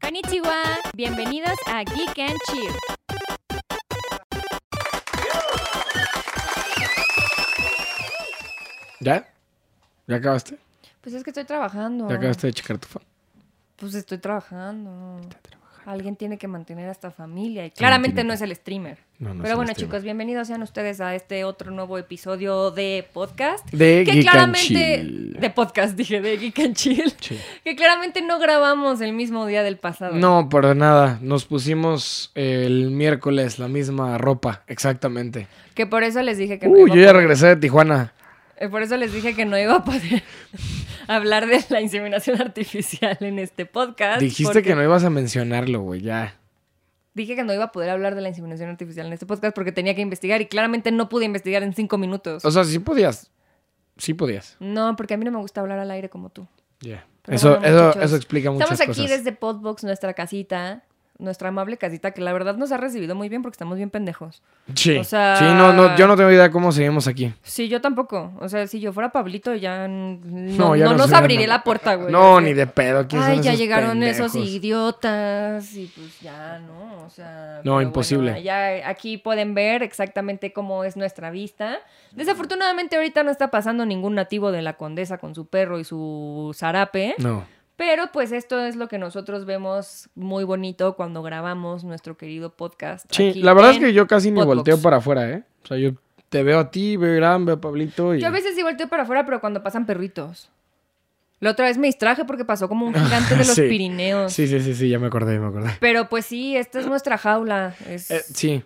Konnichiwa. Bienvenidos a Geek and Chill. ¿Ya? ¿Ya acabaste? Pues es que estoy trabajando. ¿Ya acabaste de checar tu phone? Pues estoy trabajando. Alguien tiene que mantener a esta familia. Y claramente tiene no que- es el streamer. No, este, no Pero se bueno, lastima. chicos, bienvenidos sean ustedes a este otro nuevo episodio de podcast. De que Geek and claramente. Chill. De podcast, dije, de Geek and Chill. Sí. Que claramente no grabamos el mismo día del pasado. No, para nada. Nos pusimos el miércoles la misma ropa, exactamente. Que por eso les dije que no Uy, iba yo ya regresé de Tijuana. Eh, Por eso les dije que no iba a poder hablar de la inseminación artificial en este podcast. Dijiste porque- que no ibas a mencionarlo, güey, ya. Dije que no iba a poder hablar de la inseminación artificial en este podcast porque tenía que investigar y claramente no pude investigar en cinco minutos. O sea, sí podías. Sí podías. No, porque a mí no me gusta hablar al aire como tú. Ya. Pero Eso, bueno, eso, muchachos, eso explica muchas Estamos aquí cosas. desde Podbox, nuestra casita, nuestra amable casita, que la verdad nos ha recibido muy bien porque estamos bien pendejos. Sí. o sea- Sí, no, no, yo no tengo idea cómo seguimos aquí. Sí, yo tampoco. O sea, si yo fuera Pablito, ya n- no, No, ya no no nos sé, abriré no. la puerta, güey. no, O sea, ni de pedo. ¿quién Ay, son ya esos llegaron esos pendejos? idiotas y pues ya, ¿no? O sea... No, pero imposible. bueno, ya aquí pueden ver exactamente cómo es nuestra vista. Desafortunadamente ahorita no está pasando ningún nativo de la condesa con su perro y su zarape, No. pero pues esto es lo que nosotros vemos muy bonito cuando grabamos nuestro querido podcast. Sí, aquí la verdad es en que yo casi ni Podbox. volteo para afuera, ¿eh? O sea, yo te veo a ti, veo a Irán, veo a Pablito y... Yo a veces sí volteo para afuera, pero cuando pasan perritos. La otra vez me distraje porque pasó como un gigante de los Sí. Pirineos. Sí, sí, sí, sí, ya me acordé, ya me acordé. Pero pues sí, esta es nuestra jaula. Es... Eh, sí,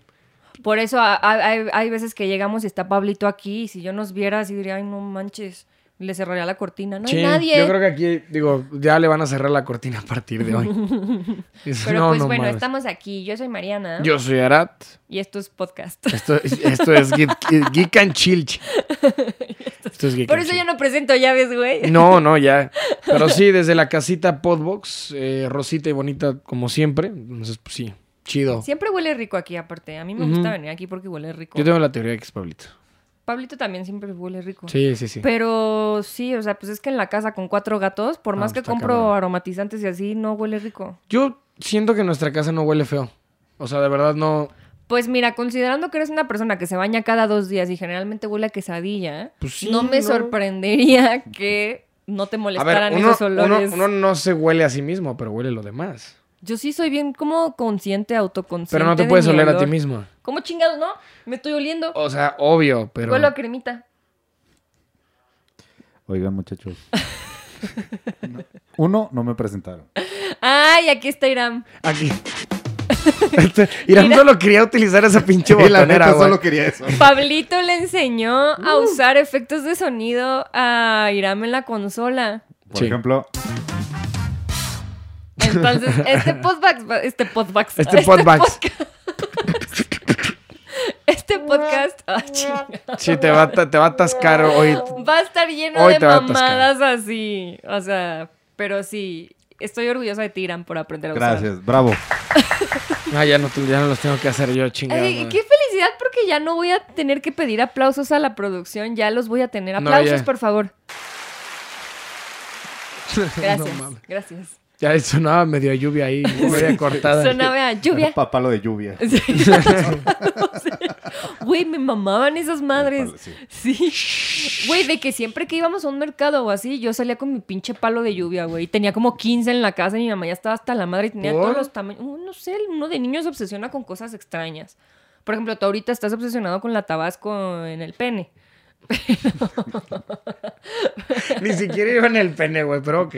Por eso a- a- hay, hay veces que llegamos y está Pablito aquí. Y si yo nos viera, así diría, ay, no manches. Le cerraría la cortina. No sí, hay nadie. Yo creo que aquí, digo, ya le van a cerrar la cortina a partir de hoy. Dice, Pero "No, pues no bueno, mames". estamos aquí. Yo soy Mariana. Yo soy Arat. Y esto es podcast. Esto, esto es Geek, Geek and Chill. ch- Esto es Geek Por and eso Chill. yo no presento, ya ves, güey. No, no, ya. Pero sí, desde la casita Podbox, eh, rosita y bonita como siempre. Entonces, pues sí, chido. Siempre huele rico aquí, aparte. A mí me Ujú. gusta venir aquí porque huele rico. Yo tengo la teoría de que es Pablito. Pablito también siempre huele rico. Sí, sí, sí. Pero sí, o sea, pues es que en la casa con cuatro gatos, por Ah, más que está compro cabrón. aromatizantes y así, no huele rico. Yo siento que nuestra casa no huele feo. O sea, de verdad no. Pues mira, considerando que eres una persona que se baña cada dos días y generalmente huele a quesadilla, Pues sí, no me no. sorprendería que no te A ver, molestaran uno, esos olores. uno- uno no se huele a sí mismo, pero huele lo demás. Yo sí soy bien como consciente, autoconsciente. Pero no te de puedes mi oler a olor. ti mismo. ¿Cómo chingados, no? Me estoy oliendo. O sea, obvio, pero. Huelo a cremita. Oigan, muchachos. Uno, no me presentaron. Ay, aquí está Iram. Aquí. Este, Irán Mira. solo quería utilizar esa pinche botanera, güey. quería eso. Pablito le enseñó Uh. a usar efectos de sonido a Iram en la consola. Por Sí. ejemplo, Entonces, este podcast, va- este podcast, Este podbox. podcast- este podcast ah, chinga, Sí, te va, a ta- te va a atascar hoy. va a estar lleno Hoy de te va a atascar. mamadas así, o sea, pero sí, estoy orgullosa de Tiran por aprender a usar. gracias, bravo. Ah, ya no, te- ya no los tengo que hacer yo, chingada. Ay, madre. qué felicidad porque ya no voy a tener que pedir aplausos a la producción, ya los voy a tener. Aplausos, ya. por favor. Gracias, No mames. gracias. ya sonaba medio lluvia ahí, media cortada. Sonaba a lluvia. Era papá lo de lluvia. Sí. Sí. Güey, me mamaban esas madres. palo, Sí. Güey, de que siempre que íbamos a un mercado o así, yo salía con mi pinche palo de lluvia, güey. Tenía como 15 en la casa y mi mamá ya estaba hasta la madre y tenía ¿Por? todos los tamaños. Uh, No sé, uno de niños se obsesiona con cosas extrañas. Por ejemplo, tú ahorita estás obsesionado con la tabasco en el pene. Ni siquiera iba en el pene, güey, pero ok.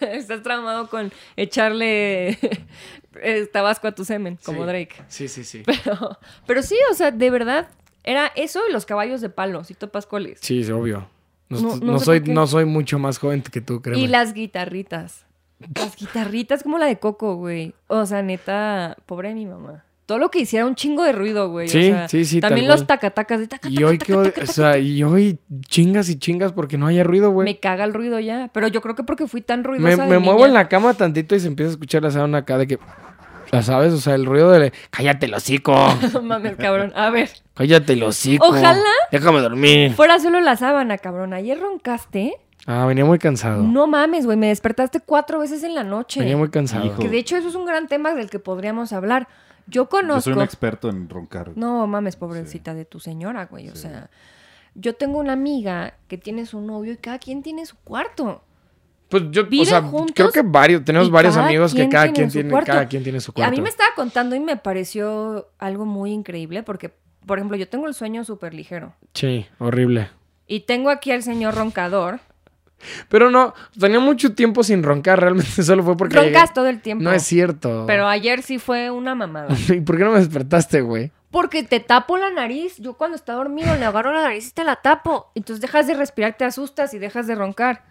estás traumado con echarle eh, tabasco a tu semen, como Sí. Drake. Sí, sí, sí. Pero, pero sí, o sea, de verdad, era eso y los caballos de palo, si topas cuáles. Sí, es obvio. No, No- no no sé soy, por qué. no soy mucho más joven que tú, créeme. Y las guitarritas. Las guitarritas como la de Coco, güey. O sea, neta, pobre de mi mamá. Todo lo que hiciera un chingo de ruido, güey. Sí, o sea, sí, sí, tal También cual. los tacatacas de taca, Y taca, hoy taca, que, o taca, sea, y hoy chingas y chingas porque no haya ruido, Me güey. caga el ruido ya. Pero yo creo que porque fui tan Me, ruidosa. de me muevo niña. en la cama tantito y se empieza a escuchar la sauna acá de que, ya sabes, o sea, el ruido de cállate el hocico, No mames, cabrón. A ver, cállate el hocico. Ojalá. Déjame dormir. fuera solo la sábana, cabrón. Ayer roncaste. Ah, venía muy cansado. No mames, güey, me despertaste cuatro veces en la noche. venía muy cansado. Hijo. Que de hecho eso es un gran tema del que podríamos hablar. Yo conozco... Yo soy un experto en roncar. No mames, pobrecita de tu señora, güey. O Sí. sea, yo tengo una amiga que tiene su novio y cada quien tiene su cuarto. Pues yo, o Viven sea, juntos creo que varios, tenemos y varios cada amigos que quien cada tiene quien su tiene, cuarto. cada quien tiene su Y cuarto. A mí me estaba contando y me pareció algo muy increíble porque, por ejemplo, yo tengo el sueño súper ligero. Sí, horrible. Y tengo aquí al señor roncador. Pero no, tenía mucho tiempo sin roncar, realmente solo fue porque... Roncas llegué. todo el tiempo. No es cierto. Pero ayer sí fue una mamada. ¿Y por qué no me despertaste, güey? Porque te tapo la nariz. Yo cuando está dormido le agarro la nariz y te la tapo. Entonces dejas de respirar, te asustas y dejas de roncar.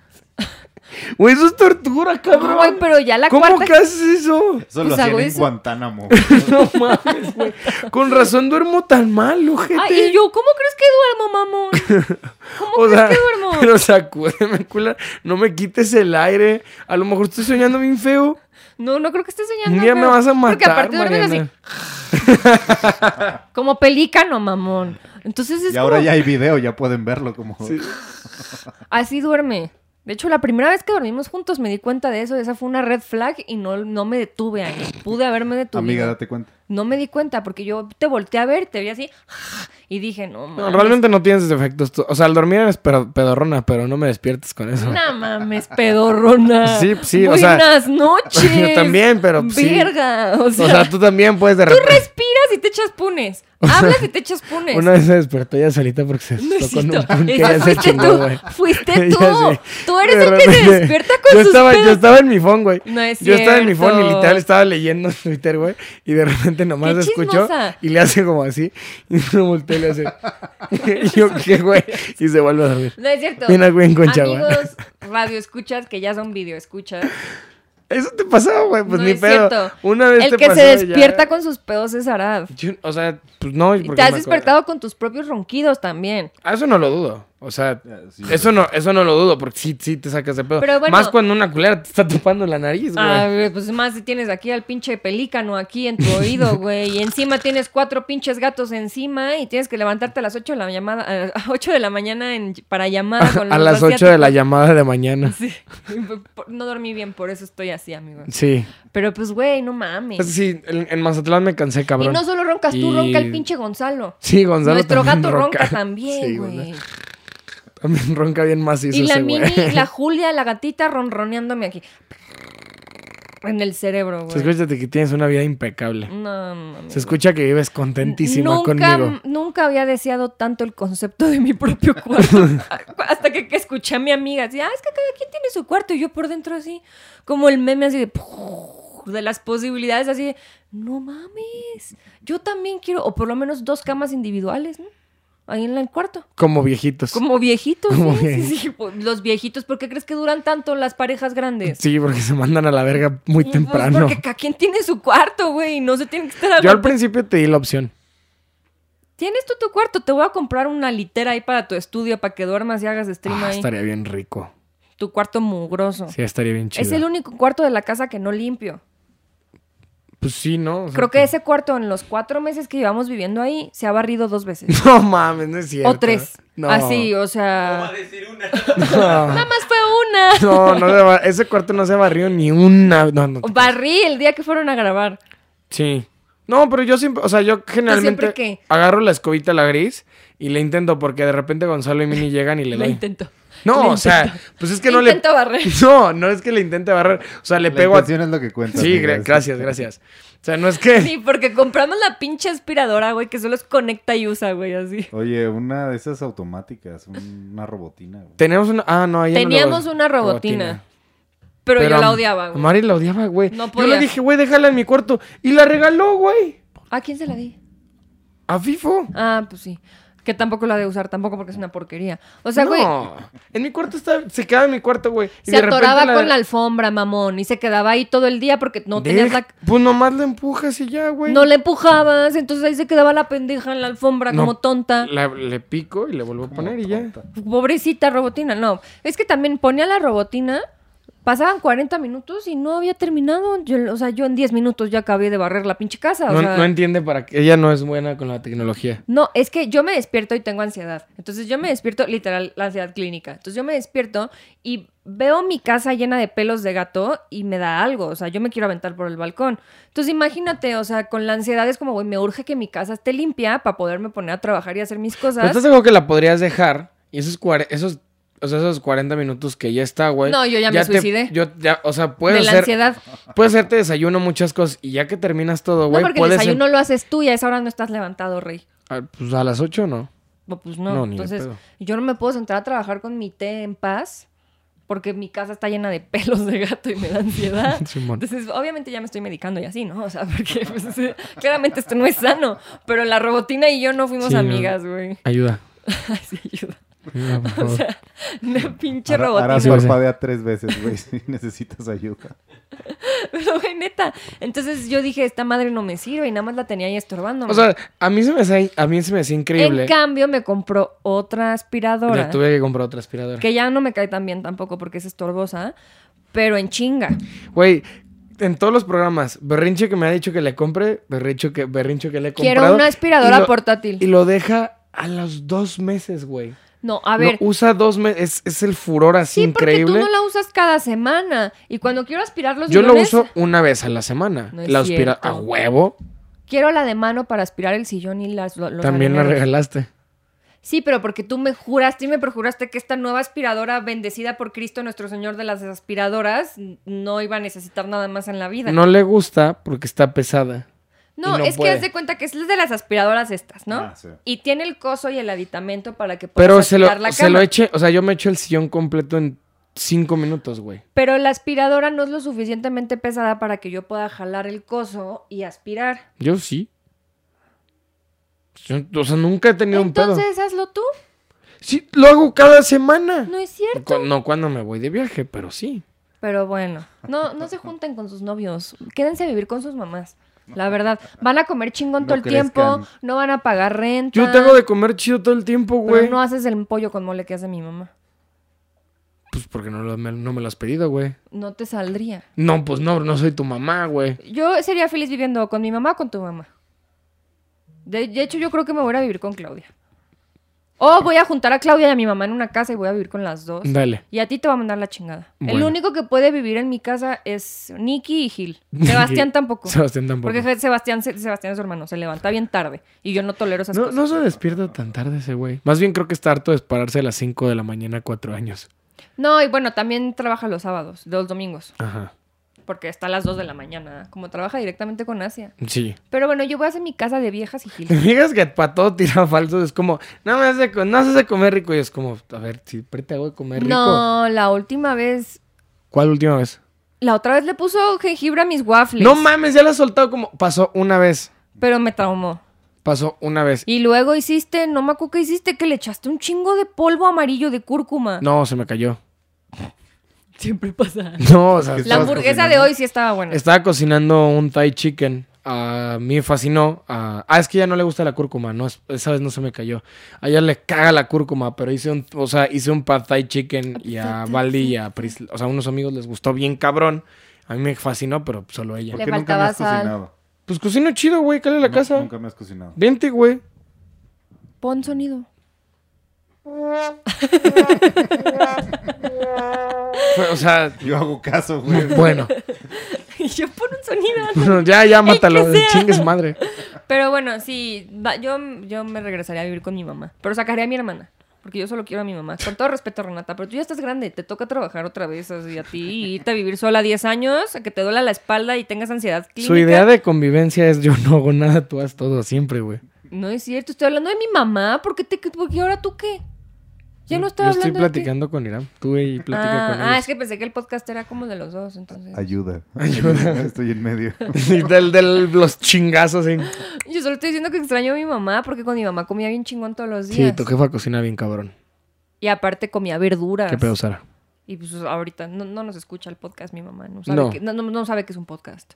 Güey, eso es tortura, cabrón. Ay, pero ya la ¿Cómo cuarta... que haces eso? Eso Pues lo hago hacían en eso. Guantánamo. No mames, güey. Con razón duermo tan mal, ojete. Ay, Ah, y yo, ¿cómo crees que duermo, mamón? ¿Cómo O crees sea, que duermo? pero sacúdeme, culera. No me quites el aire. A lo mejor estoy soñando bien feo. No, no creo que estés soñando. Un día me pero- vas a Porque matar, aparte duermes así, Mariana. como pelícano, mamón. Entonces es y ahora como- ya hay video, ya pueden verlo como... así duerme. De hecho, la primera vez que dormimos juntos me di cuenta de eso. Esa fue una red flag y no, no me detuve ahí. Pude haberme detenido. Amiga, date cuenta. No me di cuenta porque yo te volteé a ver, te vi así y dije, no, No, mames. realmente no tienes defectos. tú. O sea, al dormir eres pedo- pedorrona, pero no me despiertes con eso. No mames, pedorrona. Sí, sí, o sea, Buenas noches. yo también, pero sí. Verga. O sea, O sea, tú también puedes de tú repente. respiras y te echas punes. Hablas y te echas punes. Una vez se despertó ella solita porque se No es asustó con un cierto. pun que Eso ella se fuiste chingó, tú. güey. Fuiste tú. Ya sé. Tú eres De el que se repente- despierta con yo sus estaba, Yo pedos. estaba en mi phone, güey. No es Yo estaba en mi phone y cierto. literal estaba leyendo en Twitter, güey. Y de repente nomás ¡Qué escuchó chismosa! y le hace como así. Y me volteé y le hace. y yo, ¿qué, güey? Y se vuelve a dormir. No es cierto. Mira, güey, en Concha, güey. Amigos radio escuchas que ya son video escuchas. Eso te pasaba, güey. Pues no ni es pedo. cierto. Una vez el te que pasó se y Este ya- despierta con sus pedos es Arad. Yo- o sea, pues no. Y porque te has me acuerdo. despertado con tus propios ronquidos también. Ah, eso no lo dudo. O sea, Ya, sí, eso, no, eso no lo dudo porque sí, sí te sacas de pedo. Pero bueno- Más cuando una culera te está tapando la nariz, güey. Ah, güey, pues más si tienes aquí al pinche pelícano aquí en tu oído, güey. Y encima tienes cuatro pinches gatos encima y tienes que levantarte a las 8 de la, llamada, eh, a las 8 de la mañana en- para llamada con a los las 8 de la asiáticos. llamada de mañana. Sí. Por- No dormí bien, por eso estoy así, amigos. Sí. Pero pues, güey, no mames. Pues sí, en, en Mazatlán me cansé, y cabrón. no solo roncas tú, Y- ronca el pinche Gonzalo. Sí, Gonzalo. Nuestro también gato ronca, Sí, también, güey. Gonzalo También ronca bien macizo y la ese, mini, güey. la Julia, la gatita ronroneándome aquí. En el cerebro, Se güey. escucha que tienes una vida impecable. No, no, no. Se escucha que vives contentísima nunca, conmigo. nunca había deseado tanto el concepto de mi propio cuarto. Hasta que, que escuché a mi amiga así, ah, es que cada quien tiene su cuarto. Y yo por dentro así, como el meme así de, de las posibilidades, así de, no mames, yo también quiero, o por lo menos dos camas individuales, ¿no? Ahí en la- el cuarto. Como viejitos. Como viejitos, Como sí, sí, viejitos. sí, po- Los viejitos, ¿por qué crees que duran tanto las parejas grandes? Sí, porque se mandan a la verga muy Pues temprano. porque cada quien tiene su cuarto, güey, y no se tienen que estar Yo al aguantando. principio te di la opción. Tienes tú tu cuarto, te voy a comprar una litera ahí para tu estudio, para que duermas y hagas stream Ah, ahí. estaría bien rico. Tu cuarto mugroso. Sí, estaría bien chido. es el único cuarto de la casa que no limpio. Pues sí, ¿no? O sea, Creo que ese cuarto en los cuatro meses que llevamos viviendo ahí se ha barrido dos veces. No mames, no es cierto. o tres. Ah, No. Así, o sea... No, Nada más fue una. no, no se va- ese cuarto no se barrió ni una. No, no. Barrí el día que fueron a grabar. Sí. No, pero yo siempre, o sea, yo generalmente siempre qué? agarro la escobita la gris y le intento porque de repente Gonzalo y Mini llegan y le La doy. intento. No, La o sea, intento. pues es que no Intento le barrer. No, no es que le intente barrer, o sea, le La pego a intención es lo que cuenta. Sí, amiga, gra- gracias, gracias. O sea, no es que Sí, porque compramos la pinche aspiradora, güey, que solo es conecta y usa, güey, así. Oye, una de esas automáticas, una robotina. güey. teníamos una Ah, no, ahí Teníamos una robotina. Pero, yo la odiaba, güey. Mari la odiaba, güey. No Yo le podía. dije, güey, déjala en mi cuarto y la regaló, güey. ¿A quién se la di? A FIFO. Ah, pues sí. Que tampoco la de usar tampoco porque es una porquería. O sea, güey, no. En mi cuarto está se queda en mi cuarto, güey. y se de repente atoraba con la alfombra, mamón, y se quedaba ahí todo el día porque no tenías Deja- la... Pues nomás la empujas y ya, güey. No la empujabas, entonces ahí se quedaba la pendeja en la alfombra No. como tonta. La- le pico y le vuelvo a poner y ya. Tonta. Pobrecita robotina, no. Es que también ponía la robotina Pasaban 40 minutos y no había terminado. Yo, o sea, yo en 10 minutos ya acabé de barrer la pinche casa. o No, sea, no entiende para qué. Ella no es buena con la tecnología. No, es que yo me despierto y tengo ansiedad. Entonces yo me despierto, literal, la ansiedad clínica. Entonces yo me despierto y veo mi casa llena de pelos de gato y me da algo. O sea, yo me quiero aventar por el balcón. Entonces imagínate, o sea, con la ansiedad es como, güey, me urge que mi casa esté limpia para poderme poner a trabajar y hacer mis Pero cosas. estás seguro que la podrías dejar y esos, cuare- esos, o sea, esos 40 minutos que ya está, güey. No, yo ya me te- suicidé. yo ya, o sea, De puedes la hacer, ansiedad. puedes hacerte desayuno, muchas cosas y ya que terminas todo, güey, no, porque el puedes... em- desayuno lo haces tú y a esa hora no estás levantado, rey. Ah, pues a las 8 no. No, Pues no. No, ni de Entonces pedo. yo no me puedo sentar a trabajar con mi té en paz porque mi casa está llena de pelos de gato y me da ansiedad. Simón. Entonces, obviamente ya me estoy medicando y así, ¿no? O sea, porque pues, eh, claramente esto no es sano. Pero la robotina y yo no fuimos Sí, no. amigas, güey. Ayuda. Ay, sí, ayuda. Ayuda, O por favor. sea, la pinche Ahora, ahora robotina. Sí, parpadea tres veces, güey, si necesitas ayuda. Pero, güey, neta. Entonces yo dije, esta madre no me sirve y nada más la tenía ahí estorbando. O sea, a mí se me hacía, a mí se me hacía increíble. en cambio, me compró otra aspiradora. Ya tuve que comprar otra aspiradora. Que ya no me cae tan bien tampoco porque es estorbosa. Pero en chinga. Güey, en todos los programas, berrinche que me ha dicho que le compre, berrinche que, berrinche que le he comprado. Quiero una aspiradora y lo- portátil. Y lo deja a los dos meses, güey. No, a ver. Lo usa dos meses. Es, es el furor así sí, porque increíble. tú no la usas cada semana. Y cuando quiero aspirar los Yo lo sillones, uso una vez a la semana. No es la aspira cierto. a huevo. quiero la de mano para aspirar el sillón y las lo- los También la jardineros. regalaste. Sí, pero porque tú me juraste y me perjuraste que esta nueva aspiradora bendecida por Cristo nuestro Señor de las aspiradoras n- no iba a necesitar nada más en la vida. No le gusta porque está pesada. No, y no es puede. que haz de cuenta que es de las aspiradoras estas, ¿no? Ah, sí. Y tiene el coso y el aditamento para que puedas Pero se lo, aspirar la se lo cama. eche. O sea, yo me echo el sillón completo en cinco minutos, güey. Pero la aspiradora no es lo suficientemente pesada para que yo pueda jalar el coso y aspirar. Yo sí. Yo- o sea, nunca he tenido un pedo. Entonces hazlo tú. Sí, lo hago cada semana. No es cierto. Cu- No cuando me voy de viaje, pero sí. Pero bueno, no, no se junten con sus novios. Quédense a vivir con sus mamás. La verdad, van a comer chingón No todo el tiempo, crezcan. no van a pagar renta. Yo tengo de comer chido todo el tiempo, güey. Ah. Pero no haces el pollo con mole que hace mi mamá. Pues porque no, lo- me, no me lo has pedido, güey. No te saldría. No, pues no, no soy tu mamá, güey. Yo sería feliz viviendo con mi mamá o con tu mamá. De, de hecho, yo creo que me voy a ir a vivir con Claudia. O voy a juntar a Claudia y a mi mamá en una casa y voy a vivir con las dos. Dale. Y a ti te va a mandar la chingada. El Bueno. único que puede vivir en mi casa es Nicky y Gil. Sebastián tampoco. Sebastián tampoco. Porque Sebastián, Se- Sebastián es su hermano, se levanta bien tarde y yo no tolero esas No, cosas. no se despierta tan tarde ese güey. Más bien creo que está harto de pararse a las 5 de la mañana a 4 años. No, y bueno, también trabaja los sábados, los domingos, Ajá. porque está a las 2 de la mañana, como trabaja directamente con Asia. Sí. Pero bueno, yo voy a hacer mi casa de viejas y gil. Te fijas que para todo tira falso. Es como, no me hace, co- no se hace comer rico. Y es como, a ver, siempre te hago de comer rico. No, la última vez, ¿Cuál última vez? la otra vez le puso jengibre a mis waffles. No mames, ya la has soltado como. Pasó una vez. Pero me traumó. Pasó una vez. Y luego hiciste, no me acuerdo qué hiciste, que le echaste un chingo de polvo amarillo de cúrcuma. No, se me cayó. Siempre pasa. No, o sea, La estaba, hamburg- hamburguesa de hoy sí estaba buena. estaba cocinando un Thai chicken. A mí me fascinó. a- ah, es que ya no le gusta la cúrcuma. No, es- esa vez no se me cayó. A ella le caga la cúrcuma, pero hice un, o sea, hice un pad Thai chicken y a Valdi y a Pris, o sea, a unos amigos les gustó bien cabrón. A mí me fascinó, pero solo ella. ¿Por Le qué nunca me has faltaba sal. cocinado? Pues cocino chido, güey, cale a la No, casa. Nunca me has cocinado. Vente, güey. Pon sonido. Fue- O sea, Yo hago caso, güey. bueno, Y yo pon un sonido. ya, ya, mátalo, sea. chingue su madre. Pero bueno, sí, va- yo, yo me regresaría a vivir con mi mamá. Pero sacaría a mi hermana. Porque yo solo quiero a mi mamá. Con todo respeto, Renata, pero tú ya estás grande. Te toca trabajar otra vez así a ti. y irte a vivir sola 10 años, a que te duela la espalda y tengas ansiedad clínica. Su idea de convivencia es yo no hago nada, tú haz todo siempre, güey. No es cierto. Estoy hablando de mi mamá. ¿Por qué te... Porque ahora tú qué? Ya no estaba Yo hablando estoy de ti. platicando con Irán. Tú y platica ah, con él. ah, es que pensé que el podcast era como de los dos, entonces. Ayuda. Ayuda. Estoy en medio. Y del, del- los chingazos. En... Yo solo estoy diciendo que extraño a mi mamá porque con mi mamá comía bien chingón todos los días. Sí, tu jefa cocina bien cabrón. Y aparte comía verduras. Qué pedo, Sara. Y pues ahorita no, no nos escucha el podcast mi mamá. No sabe, No. Que, no, no- no sabe que es un podcast.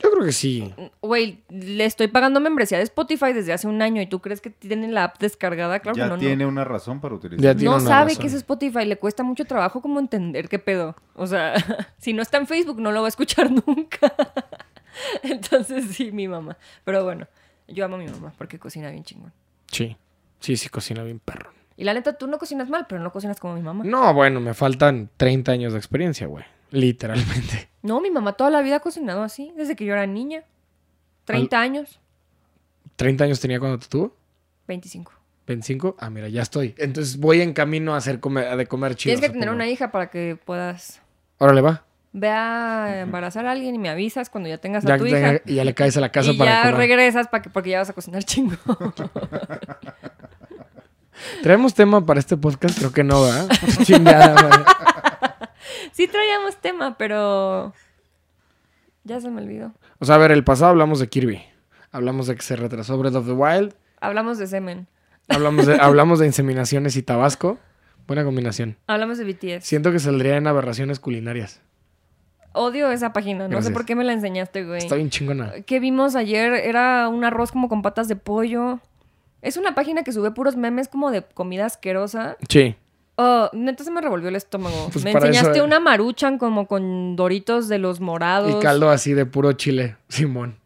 Yo creo que sí. Güey, le estoy pagando membresía de Spotify desde hace un año y tú crees que tienen la app descargada, claro ya que no, no. tiene una razón para utilizar. Ya tiene No una sabe razón. qué es Spotify, le cuesta mucho trabajo como entender qué pedo. O sea, si no está en Facebook no lo va a escuchar nunca. Entonces sí, mi mamá. Pero bueno, yo amo a mi mamá porque cocina bien chingón. Sí. Sí, sí, cocina bien perro. Y la neta, tú no cocinas mal, pero no cocinas como mi mamá. No, bueno, me faltan 30 años de experiencia, güey. Literalmente. No, mi mamá toda la vida ha cocinado así, desde que yo era niña. 30 años, 30 años tenía cuando te tuvo. 25. 25. Ah, mira, ya estoy. Entonces voy en camino a hacer comer, a de comer chido. Tienes que supongo. tener una hija para que puedas... Órale, va. Ve a embarazar a alguien y me avisas cuando ya tengas a Ya, tu ya- hija. ya le caes a la casa y para ya comer. regresas para que, porque ya vas a cocinar chingo. ¿Traemos tema para este podcast? Creo que no, ¿verdad? Chingada, madre. sí traíamos tema, pero ya se me olvidó. O sea, a ver, el pasado hablamos de Kirby. Hablamos de que se retrasó Breath of the Wild. Hablamos de semen, Hablamos de, hablamos de inseminaciones y Tabasco. Buena combinación. hablamos de BTS. Siento que saldría en aberraciones culinarias. Odio esa página, no Gracias. sé por qué me la enseñaste, güey. Está bien chingona. que vimos ayer era un arroz como con patas de pollo. Es una página que sube puros memes como de comida asquerosa. Sí. Oh, neta se me revolvió el estómago. Pues me para eso, enseñaste eh. una maruchan como con doritos de los morados. Y caldo así de puro chile, Simón.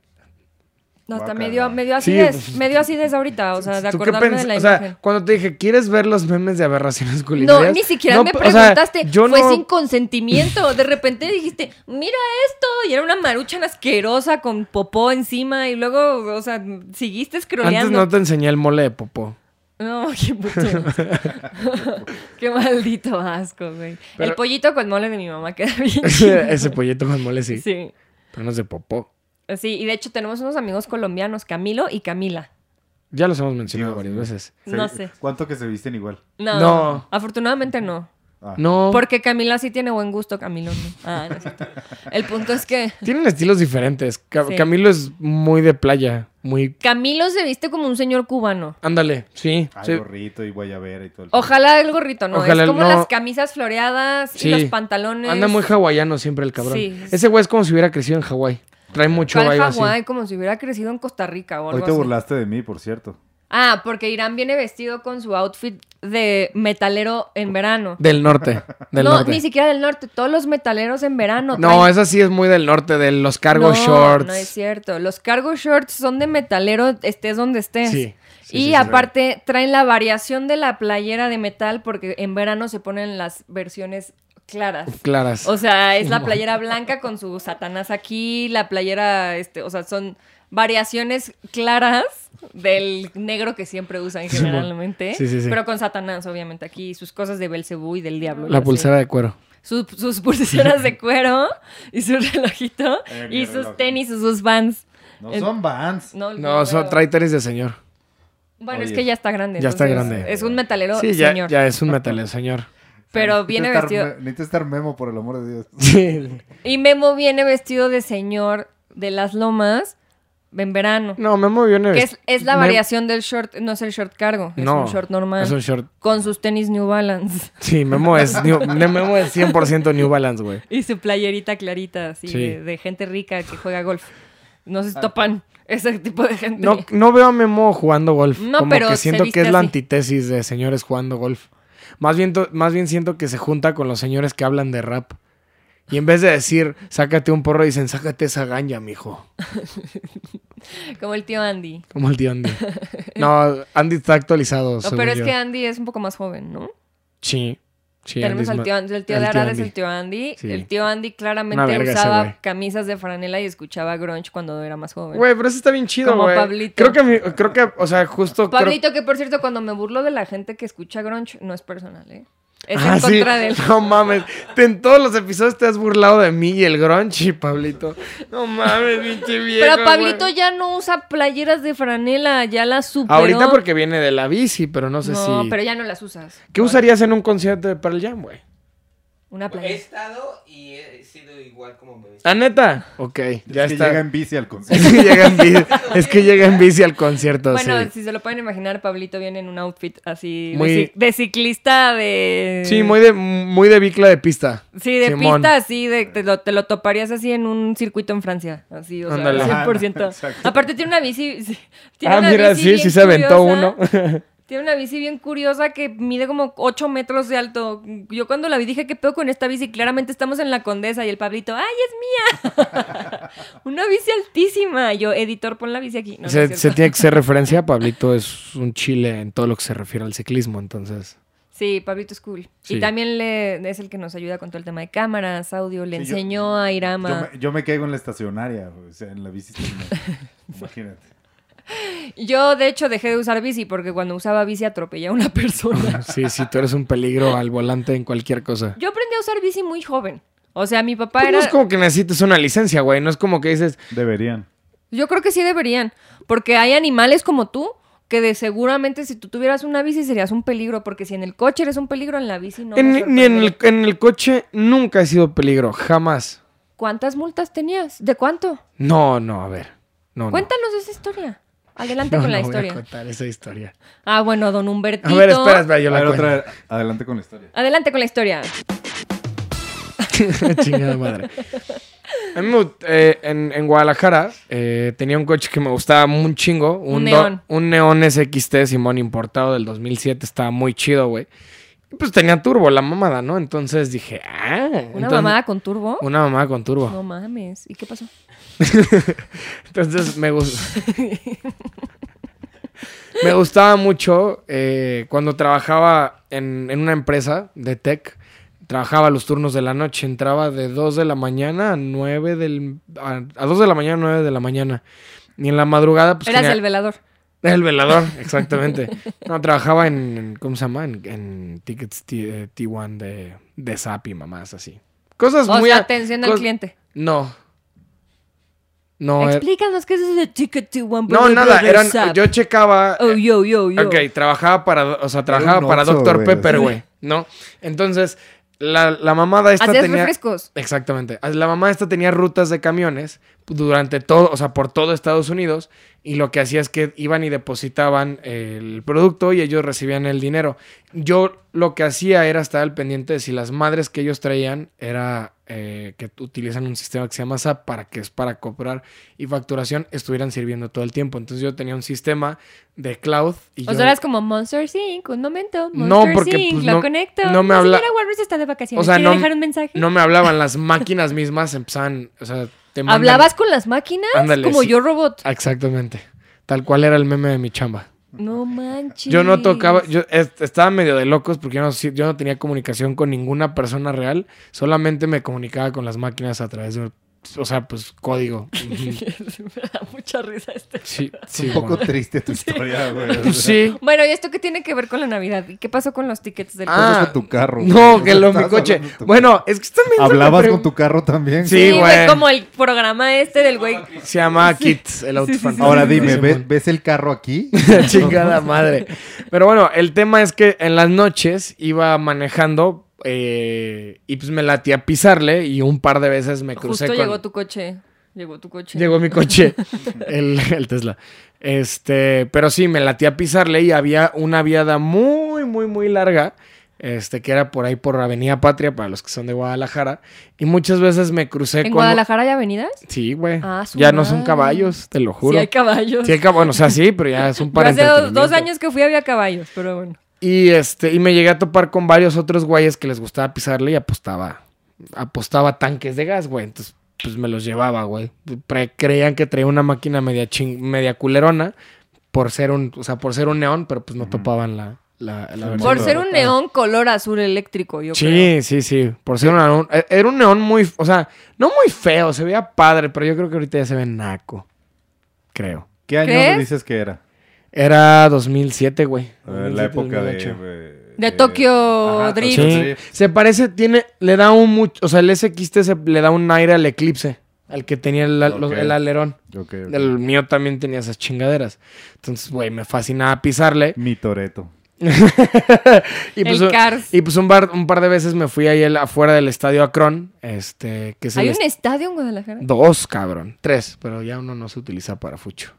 No, hasta Guácala. me dio, me dio así Sí, de, pues, me dio así de ahorita, o sea, de ¿Tú qué acordarme de pens- la O imagen. sea, cuando te dije, ¿quieres ver los memes de aberraciones culinarias? No, ni siquiera me p- o sea, preguntaste. yo Fue no- sin consentimiento. De repente dijiste, mira esto. Y era una maruchan asquerosa con popó encima. Y luego, o sea, seguiste Antes scrolleando. no te enseñé el mole de popó. No, qué puto. qué maldito asco, güey. Pero- El pollito con mole de mi mamá queda bien. Ese pollito con mole sí. sí. Pero no es de popó. Sí, y de hecho tenemos unos amigos colombianos, Camilo y Camila. Ya los hemos mencionado Dios varias mío. veces. Se- No sé. ¿Cuánto que se visten igual? No, No. Afortunadamente no. Ah, No. Porque Camila sí tiene buen gusto, Camilo no. Ah, no es cierto. El punto es que Tienen estilos diferentes. Ca- Sí. Camilo es muy de playa. Muy. Camilo se viste como un señor cubano. Ándale, sí. Ay, sí. gorrito y guayabera y todo. el- Ojalá el gorrito, ¿no? Ojalá es como no. las camisas floreadas Sí. y los pantalones. Anda muy hawaiano siempre el cabrón. Sí. Ese güey es como si hubiera crecido en Hawái. Trae mucho ¿Cuál baile así. Hawái, como si hubiera crecido en Costa Rica o algo Hoy te así. burlaste de mí, por cierto. Ah, porque Irán viene vestido con su outfit de metalero en verano. Del norte. Del no, norte. ni siquiera del norte. Todos los metaleros en verano. No, traen- esa sí es muy del norte, de los cargo No, shorts. No es cierto. Los cargo shorts son de metalero, estés donde estés. Sí, sí, y sí, sí. aparte traen la variación de la playera de metal porque en verano se ponen las versiones claras. Claras. O sea, es la playera blanca con su Satanás aquí, la playera, este, o sea, son variaciones claras del negro que siempre usan Simón. generalmente, Sí, sí, sí. pero con Satanás, obviamente, aquí sus cosas de Belcebú y del diablo. y la así. pulsera de cuero. Sus, sus pulseras de cuero y su relojito Eh, mi y sus reloj. tenis y sus vans. No El- son vans. No, No, eso pero- trae tenis de señor. Bueno, es Oye. que ya está grande. Ya está entonces, grande. Es un metalero, sí, ya, señor. ya es un metal señor. Pero Necesita viene estar vestido. me- Necesita estar memo, por el amor de Dios. Sí. Y Memo viene vestido de señor de las lomas en verano. No, me movió en el- Que es, es la me- variación del short, no es el short cargo, es No, un short normal. Es un short. Con sus tenis New Balance Sí, Memo es, New- Memo es 100% New Balance, güey. y su playerita clarita, así, Sí. Ah. de, de gente rica que juega golf. No se topan ese tipo de gente. No, no veo a Memo jugando golf. No, Como pero que se siento que viste es la así. antítesis de señores jugando golf. Más bien, to- más bien siento que se junta con los señores que hablan de rap. Y en vez de decir, sácate un porro, dicen, sácate esa ganja, mijo. Como el tío Andy. Como el tío Andy. No, Andy está actualizado. No, según pero es yo. que Andy es un poco más joven, ¿no? Sí. sí Tenemos Andy es al ma- tío Andy. El tío al de Arad es Andy. el tío Andy. Sí. El tío Andy Una claramente verga ese güey. usaba camisas de franela y escuchaba grunge cuando era más joven. Güey, pero eso está bien chido, Como güey. Pablito. Creo que, a mí- creo que, o sea, justo. creo- Pablito, que por cierto, cuando me burlo de la gente que escucha grunge, no es personal, ¿eh? Es Ah, en sí. contra del... No mames. Te- en todos los episodios te has burlado de mí y el grunge, Pablito. No mames, pinche viejo. Pero Pablito güey. ya no usa playeras de franela, ya las superó. Ahorita porque viene de la bici, pero no sé No, si. pero ya no las usas. ¿Qué usarías en un concierto de Pearl Jam, güey? Una He playa. estado y he sido igual como me ¿Ah, neta? Ok, ya es que está. llega en bici al concierto. Es que llega en bici, es que llega en bici al concierto, Bueno, sí. si se lo pueden imaginar, Pablito viene en un outfit así de Muy- ci- de ciclista de... Sí, muy de, muy de bicla de pista. Sí, de Simón. pista, así, de, te, lo, te lo toparías así en un circuito en Francia, así, o sea, Ándale. 100%. Ajá, exacto. Aparte tiene una bici... sí, tiene Ah, una mira, bici sí, bien sí se aventó curiosa. uno. Tiene una bici bien curiosa que mide como 8 metros de alto. Yo cuando la vi dije, ¿qué pedo con esta bici? Claramente estamos en la Condesa y el Pablito, ¡ay, es mía! una bici altísima. Yo, editor, pon la bici aquí. No, no se, es se cierto. tiene que ser referencia, Pablito es un chile en todo lo que se refiere al ciclismo, entonces. Sí, Pablito es cool. Sí. Y también le, es el que nos ayuda con todo el tema de cámaras, audio. Le Sí, yo- enseñó a Irama. Yo me, yo me caigo en la estacionaria, o sea, en la bici. estacionaria. Imagínate. Yo, de hecho, dejé de usar bici porque cuando usaba bici atropellé a una persona. Sí, sí, tú eres un peligro al volante en cualquier cosa. Yo aprendí a usar bici muy joven. O sea, mi papá Pues era... no es como que necesites una licencia, güey. No es como que dices, Deberían. Yo creo que sí deberían, porque hay animales como tú que de seguramente si tú tuvieras una bici serías un peligro, porque si en el coche eres un peligro, en la bici no. me en- ni en el, sorprende. en el coche nunca he sido peligro, jamás. ¿Cuántas multas tenías? ¿De cuánto? No, no, a ver. No, no. Cuéntanos esa historia. Adelante No, con la no voy a historia. contar esa historia. Ah, bueno, don Humbertito. A ver, espera, espera, yo A la ver, cuento. otra, adelante con la historia. Adelante con la historia. Chingada madre. A mí me gust- eh, en, en Guadalajara eh, tenía un coche que me gustaba un chingo. Un, Un do- neón. un neón SXT Simón importado del 2007. Estaba muy chido, güey. Y pues tenía turbo, la mamada, ¿no? Entonces dije, ah. ¿Una entonces- mamada con turbo? Una mamada con turbo. No mames. ¿Y qué pasó? Entonces me gustó. me gustaba mucho eh, cuando trabajaba en, en una empresa de tech. Trabajaba los turnos de la noche, entraba de 2 de la mañana a 9 del... A, a 2 de la mañana a 9 de la mañana. Y en la madrugada... Pues, Eras tenía- el velador. el velador, exactamente. No, trabajaba en, en- ¿cómo se llama? En, en tickets T, eh, T1 de, de SAP y mamás así. Cosas O muy... sea, a- atención al cos- cliente. No. No, er- Explícanos qué es eso de Ticket to One no, nada, eran, yo checaba. eh, Oh, yo, yo, yo. ok, trabajaba para, o sea, trabajaba un para Oxxo, Dr. güey, Pepper, así. güey, ¿no? Entonces, la, la mamada esta ¿Hacías tenía. refrescos? Exactamente. Ah, La mamá esta tenía rutas de camiones durante todo, o sea, por todo Estados Unidos. Y lo que hacía es que iban y depositaban el producto y ellos recibían el dinero. Yo lo que hacía era estar al pendiente de si las madres que ellos traían era eh, que utilizan un sistema que se llama SAP para que es para cobrar y facturación estuvieran sirviendo todo el tiempo. Entonces yo tenía un sistema de cloud y O yo- sea, eras como Monster Inc. Un momento. Monster No, porque, Inc. pues, lo no- conecto. no me La habla- señora Walrus está de vacaciones. O sea, ¿Quiere no- dejar un mensaje? no me hablaban, las máquinas mismas empezaban, o sea, te mandan- ¿Hablabas con las máquinas? Ándale, como sí. yo robot. Exactamente. Tal cual era el meme de mi chamba. No manches. Yo no tocaba, yo est- estaba medio de locos porque yo no, si- yo no tenía comunicación con ninguna persona real, solamente me comunicaba con las máquinas a través de, o sea, pues código. Ujú. me da mucha risa este. Sí, Es sí. un poco bueno. triste tu historia, güey. Pues sí. Bueno, ¿y esto qué tiene que ver con la Navidad? ¿Y qué pasó con los tickets del Ah, Hablas con tu carro. No, güey. que lo mi Estabas coche. hablando de tu- Bueno, es que también se me Hablabas pre- con tu carro también. Sí. güey. Ah, Como el programa este del güey. se llama Kits, el sí, sí, autofantasma. Ahora dime, Sí, ¿ves, bueno. ves el carro aquí? Chingada madre. Pero bueno, el tema es que en las noches iba manejando eh, y pues me latía pisarle y un par de veces me crucé Justo con... llegó tu coche. Llegó tu coche. Llegó mi coche, el, el Tesla. Este, pero sí, me latía a pisarle y había una viada muy, muy, muy larga. Este, que era por ahí por Avenida Patria, para los que son de Guadalajara. Y muchas veces me crucé ¿En con. Guadalajara hay avenidas? Sí, güey. Ah, su ya no son madre. caballos, te lo Sí, juro. hay caballos. Sí hay cab- Bueno, o sea, sí, pero ya es un Yo para hace dos, dos entretenimiento. años que fui había caballos, pero bueno. Y este, y me llegué a topar con varios otros güeyes que les gustaba pisarle y apostaba. Apostaba tanques de gas, güey. Entonces, pues me los llevaba, güey. Pre- creían que traía una máquina media ching- media culerona por ser un, o sea, por ser un neón, pero pues no topaban la, la, la Por versión Por Sí, ser claro. un neón color azul eléctrico, yo Sí, creo. sí, sí. Por ser un neón. eh, Era un neón muy, o sea, no muy feo, se veía padre, pero yo creo que ahorita ya se ve naco. Creo. ¿Qué año ¿Crees? me dices que era? Era 2007, güey. Eh, La 2007, época de... 2008. eh, De eh, Tokyo ajá, Drift. Sí. Tokyo Drift. Se parece, tiene, le da un mucho, o sea, el SXT se, le da un aire al eclipse, al que tenía el, al- los- Ok. el alerón. Ok, ok. El mío también tenía esas chingaderas. Entonces, güey, me fascinaba pisarle. Mi Toreto. y, pues, El un- Cars. y pues un, bar- un par de veces me fui ahí al- afuera del estadio Akron. Este, que es el ¿Hay est- un estadio en Guadalajara? Dos, cabrón. Tres, pero ya uno no se utiliza para fucho.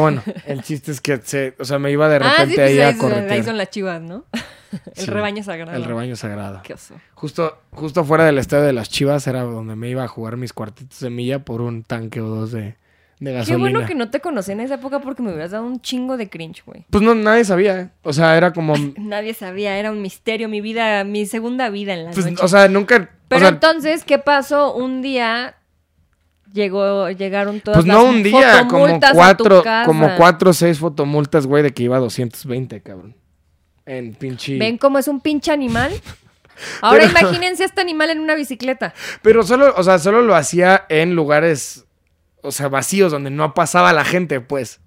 bueno, el chiste es que se, o sea, me iba de repente ah, sí, pues ahí, ahí a son- ahí son corretear. las chivas, ¿no? El Sí. rebaño sagrado. El rebaño sagrado. Qué oso. Justo, justo afuera del estadio de las Chivas era donde me iba a jugar mis cuartitos de milla por un tanque o dos de, de Qué gasolina. bueno que no te conocí en esa época porque me hubieras dado un chingo de cringe, güey. Pues no, nadie sabía. ¿eh? O sea, era como. Nadie sabía, era un misterio, mi vida, mi segunda vida en la pues, noche. o sea, nunca. o Pero sea, entonces, ¿qué pasó? Un día llegó, llegaron todas pues las no un día, como fotomultas a tu cuatro, casa. como cuatro o seis fotomultas, güey, de que iba a 220, cabrón. En pinche. ¿Ven cómo es un pinche animal? Ahora Pero- imagínense a este animal en una bicicleta. Pero solo, o sea, solo lo hacía en lugares, o sea, vacíos, donde no pasaba la gente, pues.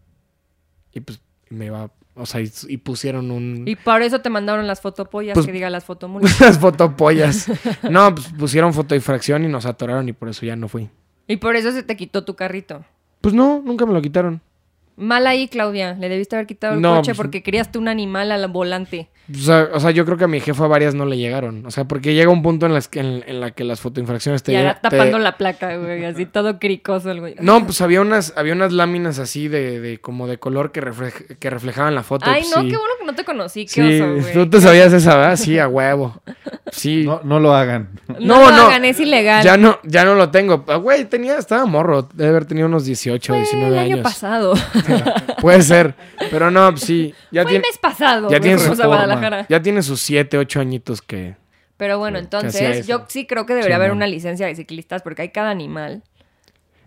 Y pues me iba, o sea, y, y pusieron un... Y por eso te mandaron las fotopollas, Pues- que diga las fotomulas. unas fotopollas. No, pues pusieron fotoifracción y nos atoraron y por eso ya no fui. Y por eso se te quitó tu carrito. Pues no, nunca me lo quitaron. Mal ahí, Claudia. Le debiste haber quitado el No, coche pues- porque querías tú un animal al volante. O sea, o sea, yo creo que a mi jefa varias no le llegaron. O sea, porque llega un punto en, las, que- en, en la que las fotoinfracciones te... y ahora te- tapando la placa, güey. Así todo cricoso el güey. No, pues había unas, había unas láminas así de, de como de color que, reflej- que reflejaban la foto. y Ay, pues no, sí. qué bueno que no te conocí. Qué Sí, oso, güey. tú te sabías esa, ¿verdad? Sí, a huevo. Sí. No, no lo hagan. No, No, no, no. hagan, es ilegal. ya no, ya no lo tengo. Ah, Güey, tenía, estaba morro. Debe haber tenido unos 18, Fue 19 el año años. pasado. Puede ser. Pero no, pues sí. Ya Fue el tiene, mes pasado. ya güey, tiene su fuimos a forma. Guadalajara. Ya tiene sus 7, 8 añitos que. Pero bueno, Que hacía entonces eso. yo sí creo que debería haber Simón. una licencia de ciclistas porque hay cada animal.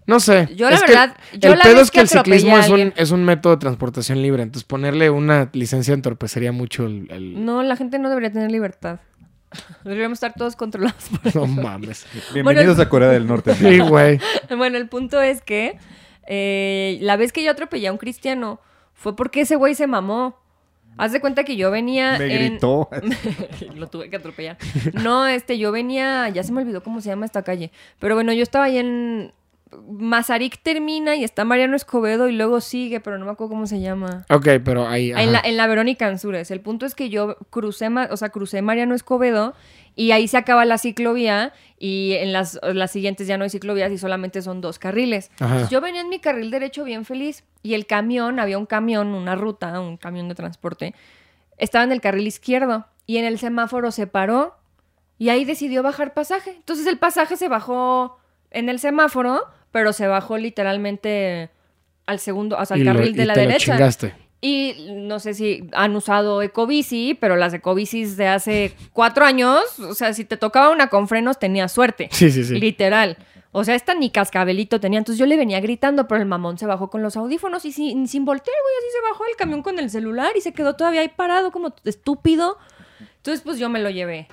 No sé. Yo la Es que verdad- yo el la pedo vez es que que el atropellé ciclismo a es un, alguien- es un método de transportación libre. Entonces ponerle una licencia entorpecería mucho el. el- No, la gente no debería tener libertad. Deberíamos estar todos controlados por No mames. Bienvenidos a Corea del Norte. Sí, güey. Bueno, el punto es que eh, la vez que yo atropellé a un cristiano fue porque ese güey se mamó. Haz de cuenta que yo venía. Me en- gritó. Lo tuve que atropellar. No, este, yo venía. Ya se me olvidó cómo se llama esta calle. Pero bueno, yo estaba ahí en. Mazarik termina y está Mariano Escobedo y luego sigue, pero no me acuerdo cómo se llama. Ok, pero ahí. En la, ajá. en la Verónica Ansúrez. El punto es que yo crucé, ma- o sea, crucé Mariano Escobedo y ahí se acaba la ciclovía y en las, las siguientes ya no hay ciclovías y solamente son dos carriles. Ajá. Entonces, Yo venía en mi carril derecho bien feliz y el camión, había un camión, una ruta, un camión de transporte, estaba en el carril izquierdo y en el semáforo se paró y ahí decidió bajar pasaje. Entonces el pasaje se bajó en el semáforo, pero se bajó literalmente al segundo, o sea, al Y lo- carril de y la te lo derecha. chingaste. Y no sé si han usado ecobici, pero las ecobicis de hace cuatro años, o sea, si te tocaba una con frenos tenías suerte. Sí, sí, sí. Literal. O sea, esta ni cascabelito tenía. Entonces yo le venía gritando, pero el mamón se bajó con los audífonos y sin, sin voltear, güey, así se bajó el camión con el celular y se quedó todavía ahí parado como estúpido. Entonces, pues yo me lo llevé.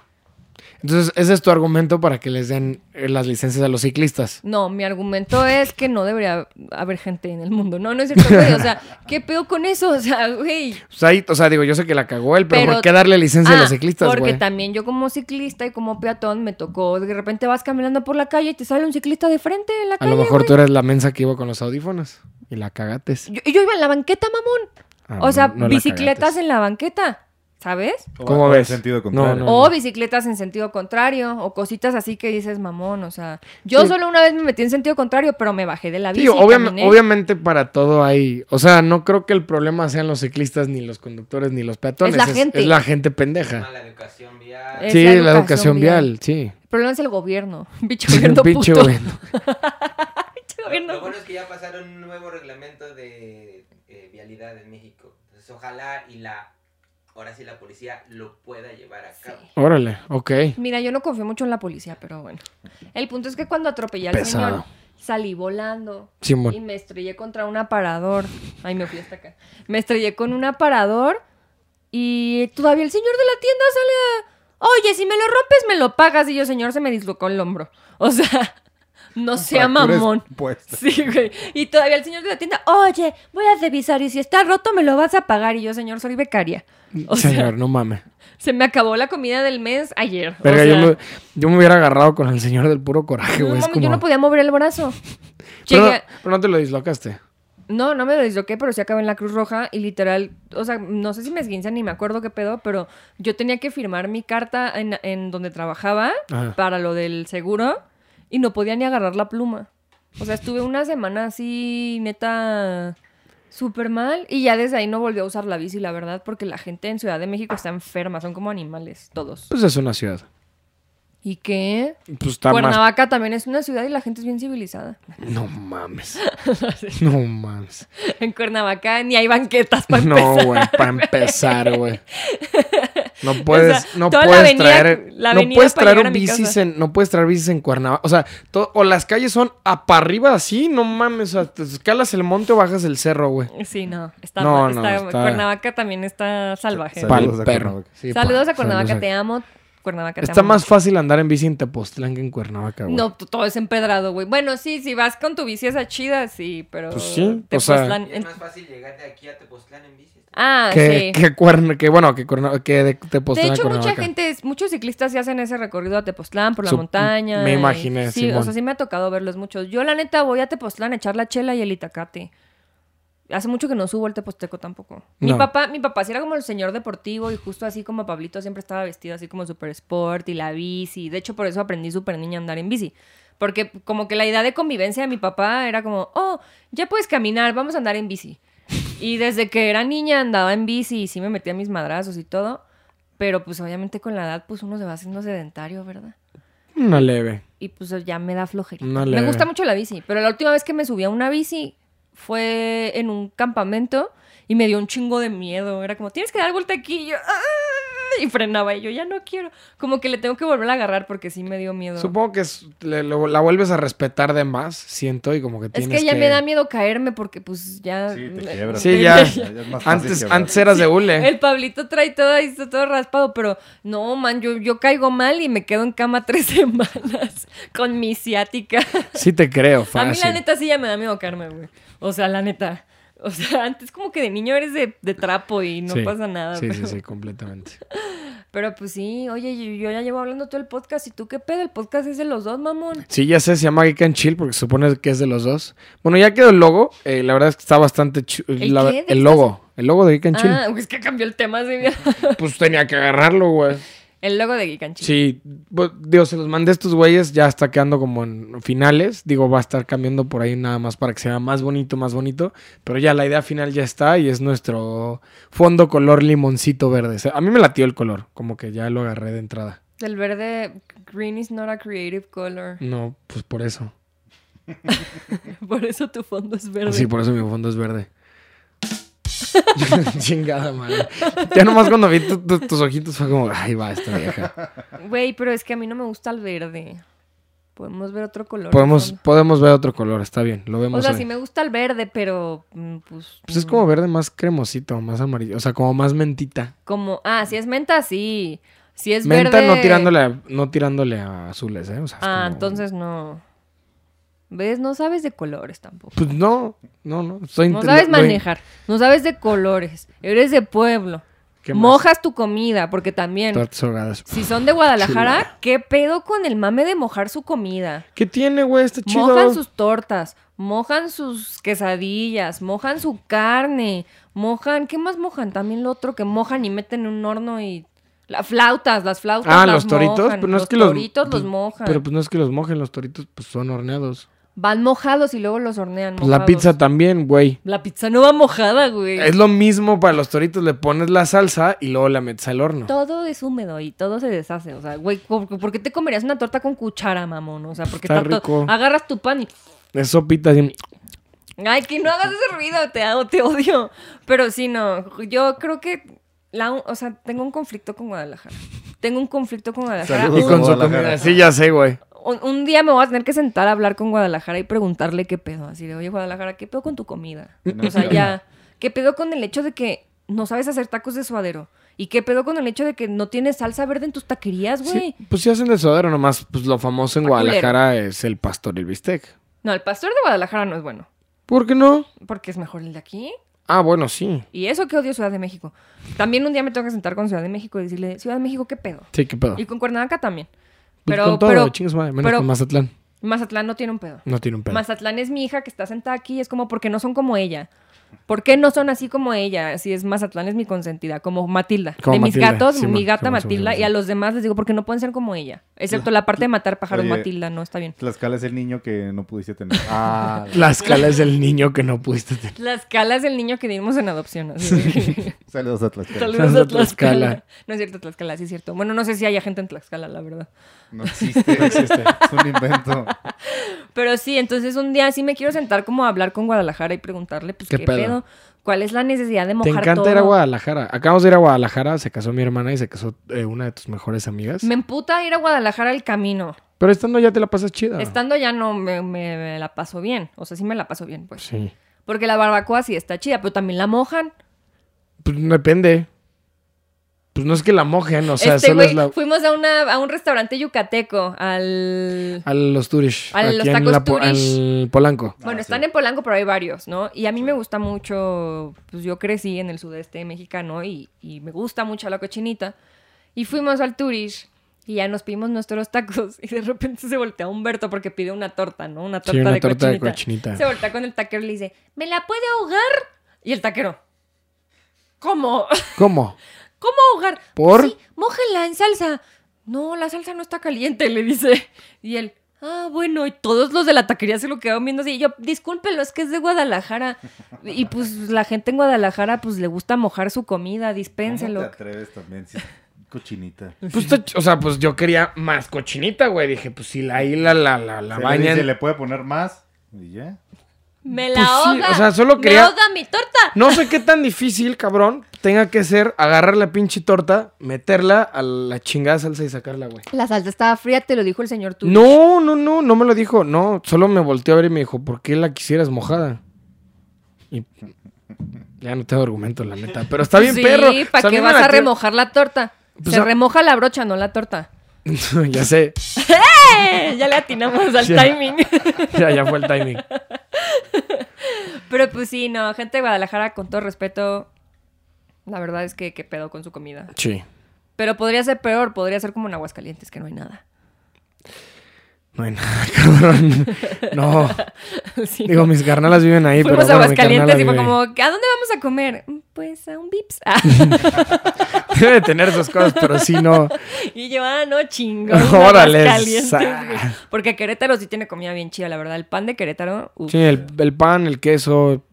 Entonces, ese es tu argumento para que les den eh, las licencias a los ciclistas. No, mi argumento es que no debería haber gente en el mundo. No, no es cierto, güey. O sea, ¿qué pedo con eso? O sea, güey. O sea, Pues ahí- o sea, digo, yo sé que la cagó él, pero, Pero- ¿por qué darle licencia a Ah, los ciclistas, Porque güey? también yo como ciclista y como peatón me tocó, de repente vas caminando por la calle y te sale un ciclista de frente en la A calle. lo mejor güey. tú eres la mensa que iba con los audífonos y la cagates. Yo, yo iba en la banqueta, mamón. Ah, o sea, no- no la bicicletas cagates. en la banqueta, ¿sabes? ¿Cómo O en ves? sentido No, contrario. no. O bicicletas en sentido contrario, o cositas así que dices, mamón, o sea, yo solo una vez me metí en sentido contrario, pero me bajé de la bici. Sí, obviam- caminé. obviamente para todo hay. O sea, no creo que el problema sean los ciclistas, ni los conductores, ni los peatones. Es la gente. Es la gente pendeja. Mala educación vial. Es sí, la la educación, educación vial, sí. El problema es el gobierno, bicho gobierno Pinche puto. güey. Pinche Lo- Lo, gobierno bueno es que ya pasaron un nuevo reglamento de eh, vialidad en México. Entonces, ojalá y la. Ahora sí la policía lo pueda llevar a cabo. Órale, ok. Mira, yo no confío mucho en la policía, pero bueno. El punto es que cuando atropellé al Pesado. señor, salí volando y Simón. me estrellé contra un aparador. Ay, me fui hasta acá. Me estrellé con un aparador y todavía el señor de la tienda sale a, Oye, si me lo rompes, me lo pagas. Y yo, señor, se me dislocó el hombro. O sea, no sea Fracturas mamón. puestas. Sí, güey. Y todavía el señor de la tienda, oye, voy a revisar y si está roto me lo vas a pagar. Y yo, señor, soy becaria. O sea, Señor, no mames. se me acabó la comida del mes ayer. O Verga, sea, yo, me, yo me hubiera agarrado con el señor del puro coraje, No, güey. es mami, yo como- no podía mover el brazo. pero, Llegué- pero no te lo dislocaste. No, no me desloqué, pero sí acabé en la Cruz Roja y literal, o sea, no sé si me esguinza ni me acuerdo qué pedo, pero yo tenía que firmar mi carta en, en donde trabajaba Ajá. para lo del seguro y no podía ni agarrar la pluma. O sea, estuve una semana así, neta, súper mal y ya desde ahí no volví a usar la bici, la verdad, porque la gente en Ciudad de México está enferma, son como animales, todos. Pues es una ciudad. ¿Y qué? Pues está más. Cuernavaca también es una ciudad y la gente es bien civilizada. No mames. No mames. En Cuernavaca ni hay banquetas para No, güey, para empezar, güey. No puedes, O sea, no toda la puedes avenida- traer, la no avenida puedes para traer llegar a un mi bicis casa. en, no puedes traer bicis en Cuernavaca, o sea, to- o las calles son a para arriba así, no mames, o sea, te escalas el monte o bajas el cerro, güey. Sí, no. Está, No, está- no, está- Cuernavaca también está salvaje. Sal- Pa'l Saludos a perro. Cuernavaca. Sí, Saludos pa- a Cuernavaca, saludos a- te amo. Cuernavaca, te Está amo. más fácil andar en bici en Tepoztlán que en Cuernavaca, güey. No, t- todo es empedrado, güey. Bueno, sí, si vas con tu bici esa chida, sí, pero. Pues sí, te o sea- Tepoztlán- Y es en- más fácil llegar de aquí a Tepoztlán en bici. Ah, que, sí. que, Cuerna- que bueno, que, Cuerna- que de De Tepoztlán a hecho, mucha Cuernavaca. gente, es- muchos ciclistas se hacen ese recorrido a Tepoztlán por la Sup- montaña. me y- imaginé, Sí, o Simón. sea, sí me ha tocado verlos muchos. Yo, la neta, voy a Tepoztlán a echar la chela y el itacate. Hace mucho que no subo el Teposteco tampoco. Mi No. papá, mi papá sí era como el señor deportivo y justo así como Pablito siempre estaba vestido así como super sport y la bici. De hecho, por eso aprendí súper niña a andar en bici. Porque como que la idea de convivencia de mi papá era como, oh, ya puedes caminar, vamos a andar en bici. Y desde que era niña andaba en bici y sí me metía mis madrazos y todo. Pero pues obviamente con la edad pues uno se va haciendo sedentario, ¿verdad? Una leve. Y pues ya me da flojerita. No le me veo. gusta mucho la bici, pero la última vez que me subí a una bici fue en un campamento y me dio un chingo de miedo. Era como, tienes que dar vuelta aquí. Y yo, "Ah", y frenaba y yo, ya no quiero. Como que le tengo que volver a agarrar porque sí me dio miedo. Supongo que es- le- lo- la vuelves a respetar de más, siento, y como que es tienes que ya me da miedo caerme porque pues ya... Sí, te quiebras. Sí, ya. es más fácil Antes, quebrar. antes eras de hule. El Pablito trae todo ahí, está todo raspado, pero no, man, yo, yo caigo mal y me quedo en cama tres semanas con mi ciática. Sí te creo, A mí la fácil. neta sí ya me da miedo Carmen, güey. O sea, la neta. O sea, antes como que de niño eres de, de trapo y no Sí, pasa nada. Sí, pero, sí, sí, completamente. pero pues sí, oye, yo, yo ya llevo hablando todo el podcast y tú qué pedo, el podcast es de los dos, mamón. Sí, ya sé, se llama Geek and Chill porque se supone que es de los dos. Bueno, ya quedó el logo. eh, la verdad es que está bastante chulo. ¿El qué? ¿De qué el logo. El logo de Geek and Chill. Ah, es que cambió el tema así. mira. Pues tenía que agarrarlo, güey. El logo de Geek and Chill. Sí, bu- digo, se los mandé a estos güeyes, ya está quedando como en finales. Digo, va a estar cambiando por ahí nada más para que sea más bonito, más bonito. Pero ya la idea final ya está y es nuestro fondo color limoncito verde. O sea, a mí me latió el color, como que ya lo agarré de entrada. Del verde, green is not a creative color. No, pues por eso. Por eso tu fondo es verde. Sí, por eso mi fondo es verde. Chingada madre. Ya nomás cuando vi tu- tu- tus ojitos fue como, ay, va esta vieja. Güey, pero es que a mí no me gusta el verde. Podemos ver otro color. de Podemos, fondo. podemos ver otro color, está bien, lo vemos. O sea, ahí. sí me gusta el verde, pero mm, pues... Pues es mm. como verde más cremosito, más amarillo, o sea, como más mentita. Como, ah, si es menta, sí. Si es Menta verde. no tirándole a, no tirándole a azules, ¿eh? O sea, es Ah, como- entonces no. ¿Ves? No sabes de colores tampoco. Pues no, no, no. Estoy No inte- sabes lo- lo- manejar. No sabes de colores. Eres de pueblo. ¿Qué más? Mojas tu comida, porque también. Tortas ahogadas. Si son de Guadalajara, ¿qué pedo con el mame de mojar su comida? ¿Qué tiene, güey? Está chido. Mojan sus tortas, mojan sus quesadillas, mojan su carne, mojan, ¿qué más mojan? También lo otro que mojan y meten en un horno y las flautas, las flautas. Ah, las los toritos, mojan, pero no los es que los toritos los pues, mojan. Pero pues no es que los mojen, los toritos pues son horneados. Van mojados y luego los hornean. Pues la mojados. pizza también, güey. La pizza no va mojada, güey. Es lo mismo para los toritos, le pones la salsa y luego la metes al horno. Todo es húmedo y todo se deshace. O sea, güey, ¿por, por qué te comerías una torta con cuchara, mamón? O sea, porque Está tanto- rico. agarras tu pan y Es sopita así. Ay, que no hagas ese ruido, te hago, te odio. Pero sí, no, yo creo que, la, o sea, tengo un conflicto con Guadalajara. Tengo un conflicto con Guadalajara. Saludos. Y Un, con su Guadalajara. comida. Sí, ya sé, güey. un- un día me voy a tener que sentar a hablar con Guadalajara y preguntarle qué pedo. Así de, oye, Guadalajara, ¿qué pedo con tu comida? O sea, ya, ¿qué pedo con el hecho de que no sabes hacer tacos de suadero? ¿Y qué pedo con el hecho de que no tienes salsa verde en tus taquerías, güey? Sí, pues sí hacen de sodero nomás. Pues lo famoso en Está culero. Guadalajara es el pastor y el bistec. No, el pastor de Guadalajara no es bueno, ¿Por qué no? porque es mejor el de aquí. Ah, bueno, sí. Y eso que odio Ciudad de México. También un día me tengo que sentar con Ciudad de México y decirle, Ciudad de México, ¿qué pedo? Sí, qué pedo. Y con Cuernavaca también. Ah. Pues Pero, con todo, pero, chingas madre, menos pero- con Mazatlán. Mazatlán no tiene un pedo. No tiene un pedo. Mazatlán es mi hija que está sentada aquí y es como porque no son como ella. ¿Por qué no son así como ella? Si es Mazatlán es mi consentida, como Matilda. Como de mis Matilda, gatos, sí, mi ma- gata sí, ma- sí, ma- Matilda sí. y a los demás les digo porque no pueden ser como ella. Excepto la parte de matar pájaros Oye. Matilda, no está bien. Tlaxcala es el niño que no pudiste tener. Ah, la escala es el niño que no pudiste tener. Las calas del niño que dimos en adopción. así de- Saludos a Tlaxcala. Saludos a Tlaxcala. Tlaxcala. No es cierto, Tlaxcala, sí es cierto. Bueno, no sé si haya gente en Tlaxcala, la verdad. No existe. No existe. Es un invento. Pero sí, entonces un día sí me quiero sentar como a hablar con Guadalajara y preguntarle, pues, ¿qué, ¿Qué pedo? pedo? ¿Cuál es la necesidad de Te mojar encanta todo? ir a Guadalajara. Acabamos de ir a Guadalajara, se casó mi hermana y se casó eh, una de tus mejores amigas. Me emputa ir a Guadalajara al camino. Pero estando ya te la pasas chida. Estando ya no me, me- me la paso bien. O sea, sí me la paso bien, pues. Sí. Porque la barbacoa sí está chida, pero también la mojan. Pues depende. Pues no es que la mojen, o sea, este solo güey, es la... fuimos a, una, a un restaurante yucateco, al... A los Turish. A los aquí en tacos la po- Turish. al Polanco. Bueno, Ah, están sí. en Polanco, pero hay varios, ¿no? Y a mí me gusta mucho, pues yo crecí en el sudeste mexicano y, y me gusta mucho la cochinita. Y fuimos al Turish y ya nos pedimos nuestros tacos y de repente se voltea Humberto porque pide una torta, ¿no? Una torta, Sí, una de, torta de cochinita. cochinita. Se voltea con el taquero y le dice, ¿me la puede ahogar? Y el taquero, ¿cómo? ¿Cómo? ¿Cómo ahogar? ¿Por? Sí, mójenla en salsa. No, la salsa no está caliente, le dice. Y él, ah, bueno, y todos los de la taquería se lo quedaron viendo así. Y yo, discúlpelo, es que es de Guadalajara. Y pues la gente en Guadalajara, pues le gusta mojar su comida, ¿Cómo te dispénselo. atreves también? si- Cochinita. Pues, está ch- o sea, pues yo quería más cochinita, güey. Dije, pues si la isla la, la, la se, le, bañan. dice, le puede poner más y ya. Me la Pues sí, ahoga. o sea, solo me quería- ahoga mi torta. No sé qué tan difícil, cabrón, tenga que ser agarrar la pinche torta, meterla a la chingada salsa y sacarla, güey. La salsa estaba fría, te lo dijo el señor tú. No, no, no, no me lo dijo. No, solo me volteó a ver y me dijo, ¿por qué la quisieras mojada? Y ya no tengo argumento, la neta. Pero está bien, sí, perro. O sea, ¿para mí qué me vas a latió- remojar la torta? Pues, se ah- remoja la brocha, no la torta. ya sé, Eh, ya le atinamos al Sí. timing. ya, ya fue el timing. Pero pues sí, no, gente de Guadalajara, con todo respeto, la verdad es que qué pedo con su comida. Sí, Pero podría ser peor, podría ser como en Aguascalientes, que no hay nada. no hay nada, cabrón. No, Sí. digo, mis carnalas viven ahí, Fuimos pero a bueno, mi carnala Aguascalientes y fue vive ahí. como, ¿a dónde vamos a comer? "Mm, Pues a un Vips. Ah, Debe de tener sus cosas, pero sí no. y yo, ah, no, chingón. Órale, Aguascalientes, sa- güey. Porque Querétaro sí tiene comida bien chida, la verdad. El pan de Querétaro, uf. Sí, el, el pan, el queso,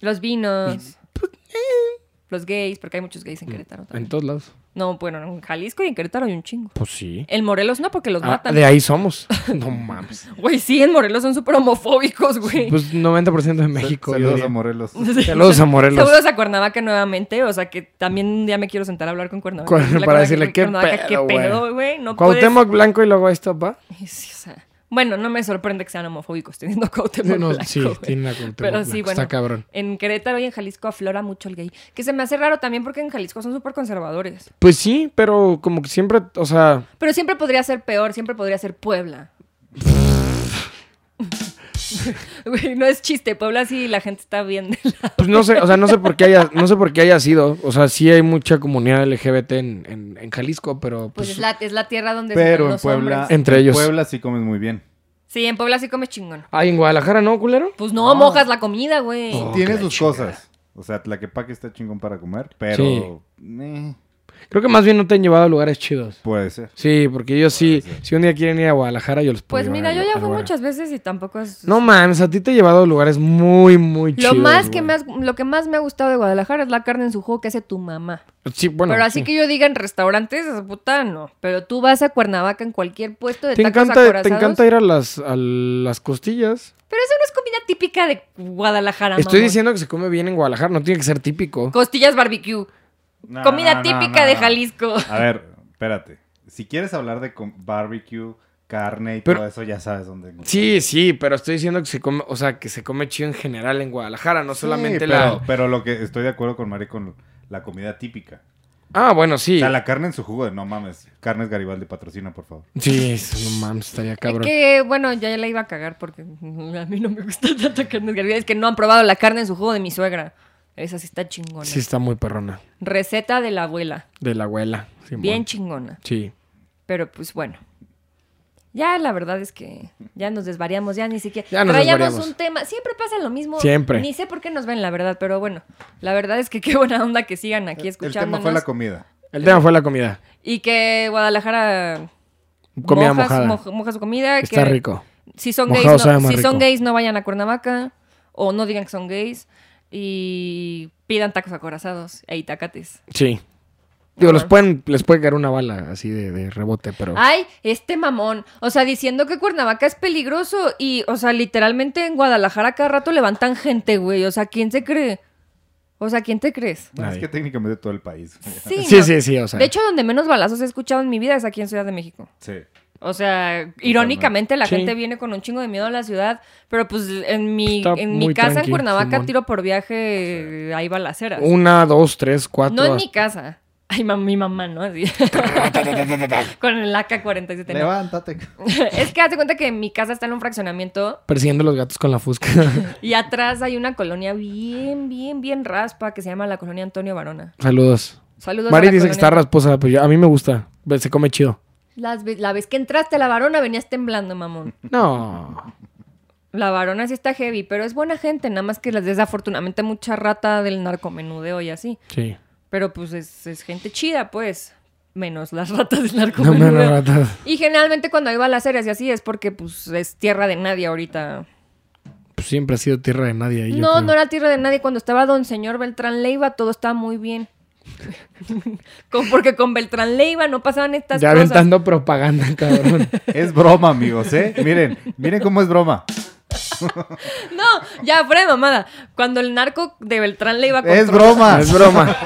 los vinos, Pues, eh. los gays, porque hay muchos gays en Querétaro en también. todos lados. No, bueno, en Jalisco y en Querétaro hay un chingo. Pues sí. En Morelos no, porque los Ah, matan. de ahí somos. No mames. Güey, sí, en Morelos son súper homofóbicos, güey. Pues 90% de México. Sa- yo Saludos diría. a Morelos. Sí. pues, Saludos a Morelos. Saludos a Cuernavaca nuevamente. O sea, que también un día me quiero sentar a hablar con Cuernavaca. Cuer- Decirle a para Cuernavaca, decirle, güey, ¿qué Cuernavaca, pedo, ¿qué güey? pedo, güey? No Cuauhtémoc Blanco y luego esto, pa. puedes... Sí, o sea, Bueno, no me sorprende que sean homofóbicos teniendo Cuauhtémoc No, Blanco, sí, güey. tiene una Cuauhtémoc Pero sí, Blanco, bueno. Está cabrón. En Querétaro y en Jalisco aflora mucho el gay. Que se me hace raro también porque en Jalisco son súper conservadores. Pues sí, pero como que siempre, o sea, Pero siempre podría ser peor, siempre podría ser Puebla. Güey, no es chiste. Puebla sí la gente está bien de la- pues no sé, o sea, no sé por qué haya, no sé por qué haya sido. O sea, sí hay mucha comunidad LGBT en, en- en Jalisco, pero Pues pues, es la, es la tierra donde se Pero dan en los Puebla. hombres. Entre en ellos. Puebla sí comen muy bien. Sí, en Puebla sí comes chingón. Ah, en Guadalajara no, culero. Pues no, mojas la comida, güey. Oh, Tiene qué la sus chingada. cosas. O sea, Tlaquepaque está chingón para comer, pero. eh, Creo que más bien no te han llevado a lugares chidos. puede ser. Sí, porque yo Ah, sí, si un día quieren ir a Guadalajara, yo los puedo Pues llevar mira, a- yo ya a fui Guadalajara. muchas veces y tampoco es... No mames, a ti te he llevado a lugares muy, muy lo chidos. más que güey. me has- lo que más me ha gustado de Guadalajara es la carne en su jugo que hace tu mamá. Sí, bueno. pero así sí. que yo diga en restaurantes, esa puta no. Pero tú vas a Cuernavaca en cualquier puesto de Te tacos encanta, te acorazados. encanta ir a las, a las costillas. Pero eso no es comida típica de Guadalajara, Estoy mamón. diciendo que se come bien en Guadalajara, no tiene que ser típico. Costillas barbecue. No, comida no, no, típica no, de no. Jalisco. A ver, espérate. Si quieres hablar de com- barbecue, carne y Pero- todo eso, ya sabes dónde. encontrar. Sí, sí, pero estoy diciendo que se come, o sea, que se come chido en general en Guadalajara, no Sí, solamente pero, la... Pero lo que estoy de acuerdo con Mari con la comida típica. Ah, bueno, sí. O sea, la carne en su jugo de no mames. Carnes Garibaldi patrocina, por favor. Sí, eso, no mames, estaría cabrón. Que bueno, ya la iba a cagar porque a mí no me gusta tanto carne de Es que no han probado la carne en su jugo de mi suegra. Esa sí está chingona. Sí, está muy perrona. Receta de la abuela. De la abuela. Simón. Bien chingona. Sí. Pero pues bueno. Ya la verdad es que ya nos desvariamos, ya ni siquiera. Ya nos Traíamos desvariamos. un tema. Siempre pasa lo mismo. Siempre. Ni sé por qué nos ven, la verdad, pero bueno. La verdad es que qué buena onda que sigan aquí El escuchándonos. tema fue la comida. El tema fue la comida. Y que Guadalajara Comida moja, su- mojada. moj- moja su comida. Está que rico. Si son Mojado gays, sabe no, más si rico. son gays, no vayan a Cuernavaca. O no digan que son gays. Y pidan tacos acorazados e itacates. Sí. Digo, Ajá. los pueden, les puede caer una bala así de, de rebote, pero. Ay, este mamón. O sea, diciendo que Cuernavaca es peligroso y, o sea, literalmente en Guadalajara cada rato levantan gente, güey. O sea, ¿quién se cree? O sea, ¿quién te crees? Bueno, es Ahí. que técnicamente todo el país. Sí, sí, no. sí, sí, o sea. De hecho, donde menos balazos he escuchado en mi vida es aquí en Ciudad de México. Sí. O sea, irónicamente la Sí. gente viene con un chingo de miedo a la ciudad, pero pues en mi, Está en mi muy casa en tranqui, Cuernavaca Simón. tiro por viaje, hay balaceras. Una, dos, tres, cuatro. No en hasta- mi casa. Ay, mam- mi mamá, ¿no? Así. con el AK-47. ¿no? Levántate. es que hace cuenta que mi casa está en un fraccionamiento Persiguiendo los gatos con la fusca. y atrás hay una colonia bien, bien, bien raspa que se llama la colonia Antonio Barona. Saludos. Saludos. Mari a la dice que está colonia. rasposa, pero yo- a mí me gusta. Se come chido. Las ve- la vez que entraste a la Barona venías temblando, mamón. No. La Barona sí está heavy, pero es buena gente, nada más que las desafortunadamente mucha rata del narcomenudeo y así. Sí. Pero pues es, es gente chida, pues. Menos las ratas del No narcomenudeo. me no, ratas. Y generalmente cuando hay balaceras y así es porque pues es tierra de nadie ahorita. Pues siempre ha sido tierra de nadie ahí. yo No, creo. no era tierra de nadie. Cuando estaba don señor Beltrán Leiva, todo estaba muy bien. Con- porque con Beltrán Leiva no pasaban estas Ya cosas. aventando propaganda, cabrón. Es broma, amigos, ¿eh? Miren, miren cómo es broma. No, ya, fuera de mamada. Cuando el narco de Beltrán Leiva... Es controló- broma. es broma.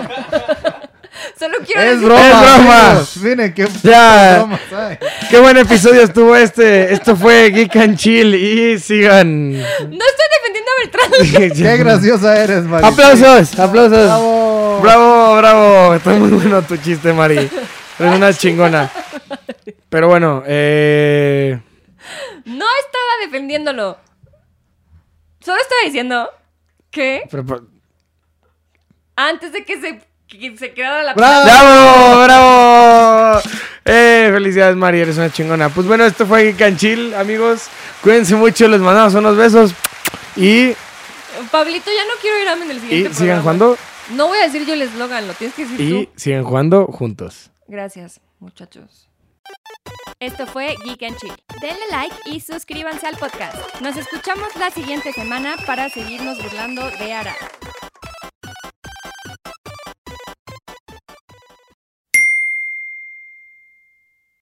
Solo quiero Es decir- broma. Es broma. amigos. Miren qué Ya. bromas hay. Qué buen episodio estuvo este. Esto fue Geek and Chill y sigan. No estoy defendiendo a Beltrán Leiva. Qué graciosa eres, Mari. Aplausos, aplausos. Bravo. Bravo, bravo. Está muy bueno tu chiste, Mari. Eres una chingona. Pero bueno, eh, No estaba defendiéndolo. Solo estaba diciendo que pero- pero- antes de que se, que se creara la... Bravo. ¡Bravo! ¡Bravo! Eh, felicidades, Mari, eres una chingona. Pues bueno, esto fue Geek and Chill, amigos. Cuídense mucho, les mandamos unos besos. Y, Pablito, ya no quiero ir a en el y siguiente programa. sigan jugando. No voy a decir yo el eslogan, lo tienes que decir tú. Y sigan jugando juntos. Gracias, muchachos. Esto fue Geek and Chill. Denle like y suscríbanse al podcast. Nos escuchamos la siguiente semana para seguirnos burlando de Ara.